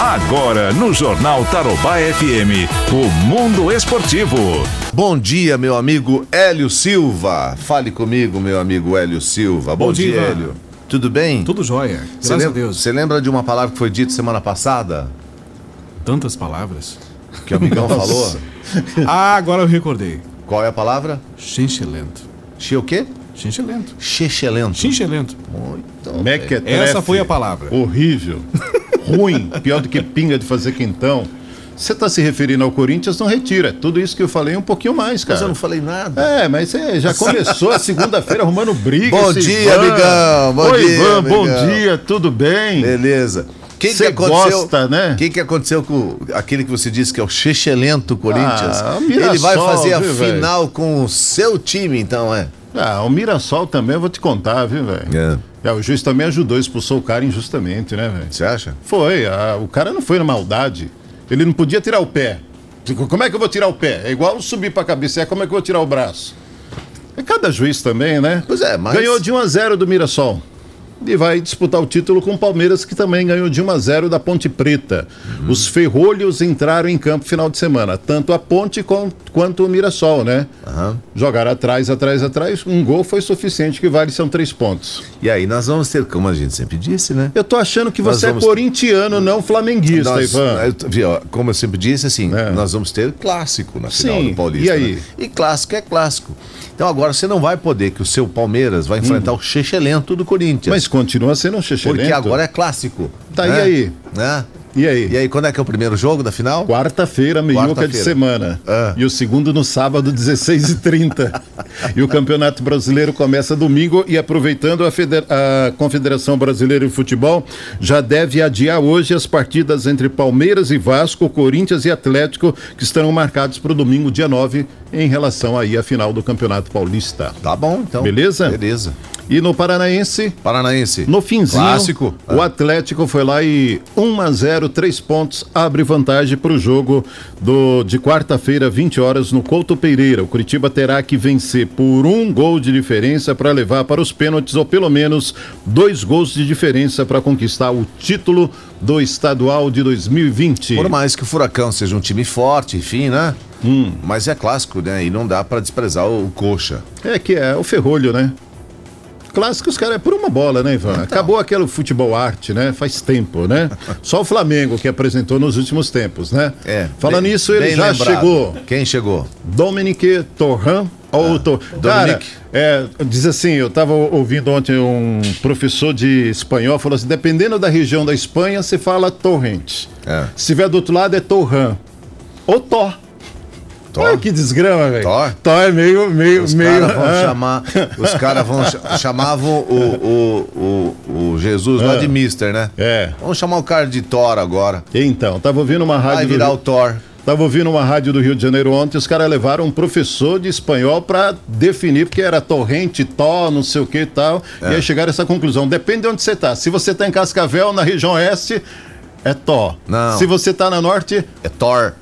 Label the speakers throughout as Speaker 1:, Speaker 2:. Speaker 1: agora no Jornal Tarobá FM, o Mundo Esportivo.
Speaker 2: Bom dia, meu amigo Hélio Silva. Fale comigo, meu amigo Hélio Silva. Bom,
Speaker 3: Bom
Speaker 2: dia,
Speaker 3: dia.
Speaker 2: Hélio. Tudo bem?
Speaker 3: Tudo jóia.
Speaker 2: Você
Speaker 3: Graças a
Speaker 2: lembra,
Speaker 3: Deus.
Speaker 2: você lembra de uma palavra que foi dita semana passada?
Speaker 3: Tantas palavras.
Speaker 2: Que o amigão
Speaker 3: Nossa.
Speaker 2: falou?
Speaker 3: Ah, agora eu recordei.
Speaker 2: Qual é a palavra?
Speaker 3: Xinxelento.
Speaker 2: Che o quê?
Speaker 3: Xinxelento.
Speaker 2: Chechelento.
Speaker 3: Xinxelento.
Speaker 2: Muito
Speaker 4: é
Speaker 2: bem.
Speaker 4: Mequetrefe.
Speaker 3: Essa foi a palavra.
Speaker 4: Horrível. Ruim. Pior do que pinga de fazer quintão. Você está se referindo ao Corinthians, não retira. Tudo isso que eu falei é um pouquinho mais,
Speaker 2: Mas eu
Speaker 4: cara.
Speaker 2: não falei nada.
Speaker 4: É, mas você já começou a segunda-feira arrumando briga.
Speaker 2: Bom
Speaker 4: esse
Speaker 2: dia,
Speaker 4: Ivan.
Speaker 2: amigão. Bom
Speaker 4: Oi,
Speaker 2: dia,
Speaker 4: Ivan.
Speaker 2: amigão.
Speaker 4: Bom dia, tudo bem?
Speaker 2: Beleza. Quem
Speaker 4: Você gosta, né?
Speaker 2: Quem que aconteceu com aquele que você disse que é o Chechelento Corinthians?
Speaker 4: Ah, o
Speaker 2: Ele vai
Speaker 4: Mirassol,
Speaker 2: fazer a
Speaker 4: viu, velho?
Speaker 2: final com o seu time, então, é?
Speaker 4: Ah, o Mirassol também eu vou te contar, viu, velho? É. o juiz também ajudou, expulsou o cara injustamente, né, velho?
Speaker 2: Você acha?
Speaker 4: Foi, ah, o cara não foi na maldade. Ele não podia tirar o pé. Como é que eu vou tirar o pé? É igual subir pra cabeça, é como é que eu vou tirar o braço? É cada juiz também, né?
Speaker 2: Pois é, mas-
Speaker 4: Ganhou de 1 a 0 do Mirassol. E vai disputar o título com o Palmeiras, que também ganhou de 1 a 0 da Ponte Preta. Os ferrolhos entraram em campo final de semana, tanto a Ponte com- quanto o Mirassol, né? Jogaram atrás, atrás, atrás. Um gol foi suficiente, que vale são três pontos.
Speaker 2: E aí, nós vamos ter, como a gente sempre disse, né?
Speaker 4: Eu tô achando que
Speaker 2: Nós
Speaker 4: você
Speaker 2: vamos-
Speaker 4: é corintiano, não flamenguista,
Speaker 2: Nós-
Speaker 4: Ivan.
Speaker 2: eu- viu, ó, como eu sempre disse, assim,
Speaker 4: É.
Speaker 2: nós vamos ter clássico na final
Speaker 4: Sim,
Speaker 2: do Paulista.
Speaker 4: e aí?
Speaker 2: né? E clássico é clássico. Então agora você não vai poder que o seu Palmeiras vai enfrentar o Chechelento do Corinthians.
Speaker 4: Hum. Mas continua sendo um xixi
Speaker 2: porque agora é clássico.
Speaker 4: Tá,
Speaker 2: né?
Speaker 4: e aí?
Speaker 2: Né?
Speaker 4: E aí?
Speaker 2: E aí, quando é que é o primeiro jogo da final?
Speaker 4: Quarta-feira, meioca de
Speaker 2: Quarta-feira.
Speaker 4: semana.
Speaker 2: Ah.
Speaker 4: E o segundo no sábado, 16h30. e o Campeonato Brasileiro começa domingo e aproveitando a, Feder- a Confederação Brasileira de Futebol, já deve adiar hoje as partidas entre Palmeiras e Vasco, Corinthians e Atlético, que estão marcados para o domingo, dia 9, em relação aí à final do Campeonato Paulista.
Speaker 2: Tá bom, então.
Speaker 4: Beleza?
Speaker 2: Beleza.
Speaker 4: E no Paranaense,
Speaker 2: Paranaense.
Speaker 4: No finzinho,
Speaker 2: Clássico.
Speaker 4: o Atlético foi lá e 1 a 0, três pontos, abre vantagem para o jogo do, de quarta-feira, 20 horas, no Couto Pereira. O Curitiba terá que vencer por um gol de diferença para levar para os pênaltis, ou pelo menos dois gols de diferença para conquistar o título do estadual de 2020.
Speaker 2: É. Por mais que o Furacão seja um time forte, enfim, né?
Speaker 4: Hum.
Speaker 2: Mas é clássico, né? E não dá pra desprezar o, o coxa.
Speaker 4: É que é o ferrolho, né? Clássico, os caras é por uma bola, né,
Speaker 2: Então.
Speaker 4: Ivan? Acabou aquele futebol arte, né? Faz tempo, né? Só o Flamengo que apresentou nos últimos tempos, né?
Speaker 2: É.
Speaker 4: Falando
Speaker 2: bem-
Speaker 4: isso, ele
Speaker 2: bem
Speaker 4: já
Speaker 2: lembrado.
Speaker 4: chegou.
Speaker 2: Quem chegou?
Speaker 4: Dominique Torran. Ou
Speaker 2: Ah,
Speaker 4: Tor- Cara,
Speaker 2: Dominique.
Speaker 4: é, diz assim, eu estava ouvindo ontem um professor de espanhol, falou assim, dependendo da região da Espanha, se fala torrente.
Speaker 2: É.
Speaker 4: Se tiver do outro lado, é torran. Ou Thor.
Speaker 2: Thor?
Speaker 4: Olha que desgrama, velho.
Speaker 2: Thor?
Speaker 4: Thor é meio, meio,
Speaker 2: Os
Speaker 4: meio...
Speaker 2: caras vão
Speaker 4: ah.
Speaker 2: chamar. Os caras vão. cha- Chamavam o, o, o, o Jesus lá de Mister, né?
Speaker 4: É.
Speaker 2: Vamos chamar o cara de Thor agora.
Speaker 4: Então, tava ouvindo uma rádio.
Speaker 2: Vai
Speaker 4: do
Speaker 2: virar
Speaker 4: Rio-
Speaker 2: o Thor.
Speaker 4: Tava ouvindo uma rádio do Rio de Janeiro ontem, os caras levaram um professor de espanhol pra definir, porque era torrente, tó, não sei o que e tal.
Speaker 2: É.
Speaker 4: E aí chegaram a essa conclusão. Depende de onde você tá. Se você tá em Cascavel, na região oeste, é tó.
Speaker 2: Não.
Speaker 4: Se você tá na norte,
Speaker 2: É Thor.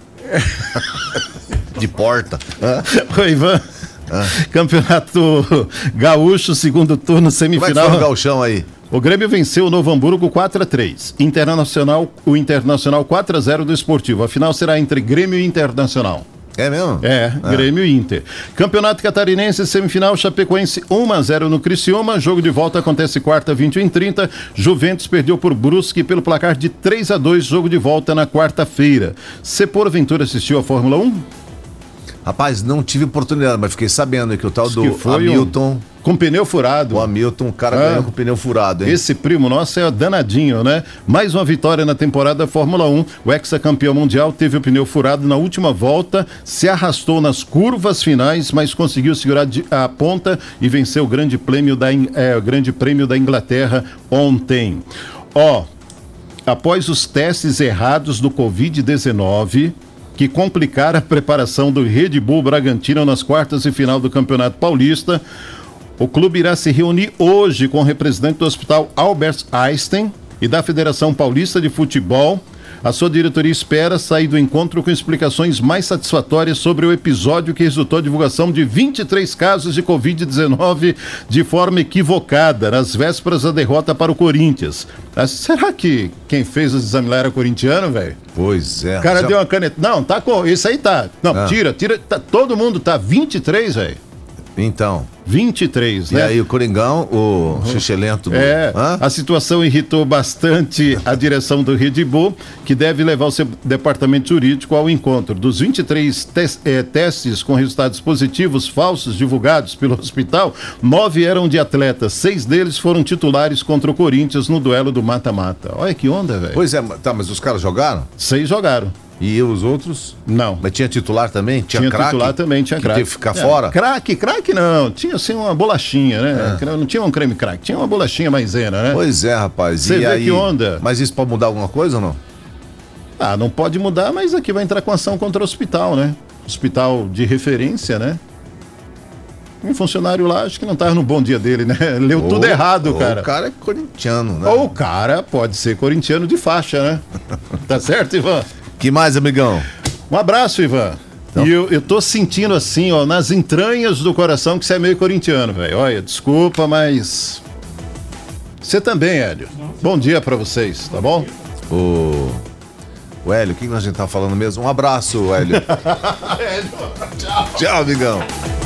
Speaker 2: de porta.
Speaker 4: É, Ô, Ivan. Campeonato Gaúcho, segundo
Speaker 2: Como
Speaker 4: turno,
Speaker 2: é que
Speaker 4: semifinal.
Speaker 2: foi o galchão aí?
Speaker 4: O Grêmio venceu o Novo Hamburgo 4 a 3. Internacional, o Internacional 4 a 0 do Esportivo. A final será entre Grêmio e Internacional.
Speaker 2: É mesmo?
Speaker 4: É, Grêmio e Inter. Campeonato Catarinense, semifinal, Chapecoense 1x0 no Criciúma. Jogo de volta acontece quarta, 21h30. Juventus perdeu por Brusque pelo placar de 3 a 2 Jogo de volta na quarta-feira. Você, porventura, assistiu a Fórmula 1?
Speaker 2: Rapaz, não tive oportunidade, mas fiquei sabendo que o tal do
Speaker 4: que um-
Speaker 2: Hamilton.
Speaker 4: Com pneu furado.
Speaker 2: O Hamilton, o cara
Speaker 4: Ah.
Speaker 2: ganhou com o pneu furado, hein?
Speaker 4: Esse primo nosso é danadinho, né? Mais uma vitória na temporada da Fórmula 1. O ex-campeão mundial teve o pneu furado na última volta, se arrastou nas curvas finais, mas conseguiu segurar de- a ponta e venceu o Grande Prêmio da, In- é, o grande prêmio da Inglaterra ontem. Ó, após os testes errados do Covid-19 que complicaram a preparação do Red Bull Bragantino nas quartas e final do Campeonato Paulista, o clube irá se reunir hoje com o representante do Hospital Albert Einstein e da Federação Paulista de Futebol A sua diretoria espera sair do encontro com explicações mais satisfatórias sobre o episódio que resultou a divulgação de 23 casos de Covid-19 de forma equivocada nas vésperas da derrota para o Corinthians. Ah, será que quem fez os exames lá era corintiano, velho?
Speaker 2: Pois é.
Speaker 4: O cara
Speaker 2: já-
Speaker 4: deu uma caneta. Não, tá com. Isso aí tá. Não,
Speaker 2: Ah.
Speaker 4: tira, tira. tá- todo mundo tá 23, velho.
Speaker 2: Então,
Speaker 4: 23, né? Uhum.
Speaker 2: e aí o Coringão, o Xixelento do...
Speaker 4: É,
Speaker 2: Hã?
Speaker 4: a situação irritou bastante a direção do Red Bull, que deve levar o seu departamento jurídico ao encontro. Dos 23 tes- eh, testes com resultados positivos falsos divulgados pelo hospital, nove eram de atletas, seis deles foram titulares contra o Corinthians no duelo do mata-mata. Olha que onda, velho.
Speaker 2: Pois é, ma- tá, mas os caras jogaram?
Speaker 4: Seis jogaram.
Speaker 2: E os outros?
Speaker 4: Não.
Speaker 2: Mas tinha titular também? Tinha,
Speaker 4: Tinha
Speaker 2: craque?
Speaker 4: titular também, tinha
Speaker 2: que
Speaker 4: craque.
Speaker 2: teve que ficar
Speaker 4: É,
Speaker 2: fora? É.
Speaker 4: Craque, craque não. Tinha assim uma bolachinha, né? Não tinha um creme craque, tinha uma bolachinha maisena, né?
Speaker 2: Pois é, rapaz.
Speaker 4: Você
Speaker 2: e
Speaker 4: vê
Speaker 2: aí...
Speaker 4: que onda.
Speaker 2: Mas isso pode mudar alguma coisa ou não?
Speaker 4: Ah, não pode mudar, mas aqui vai entrar com ação contra o hospital, né? Hospital de referência, né? Um funcionário lá, acho que não tava no bom dia dele, né? Leu tudo
Speaker 2: Ou-
Speaker 4: errado,
Speaker 2: ou
Speaker 4: cara.
Speaker 2: O cara é corintiano, né?
Speaker 4: Ou o cara pode ser corintiano de faixa, né? tá certo, Ivan?
Speaker 2: Que mais, amigão?
Speaker 4: Um abraço, Ivan. E eu, eu tô sentindo assim, ó, nas entranhas do coração que você é meio corintiano, velho. Olha, desculpa, mas. Você também, Hélio. Bom dia pra vocês, tá bom?
Speaker 2: O... O Hélio, o que que a gente tá falando mesmo? Um abraço, Hélio. Tchau, amigão.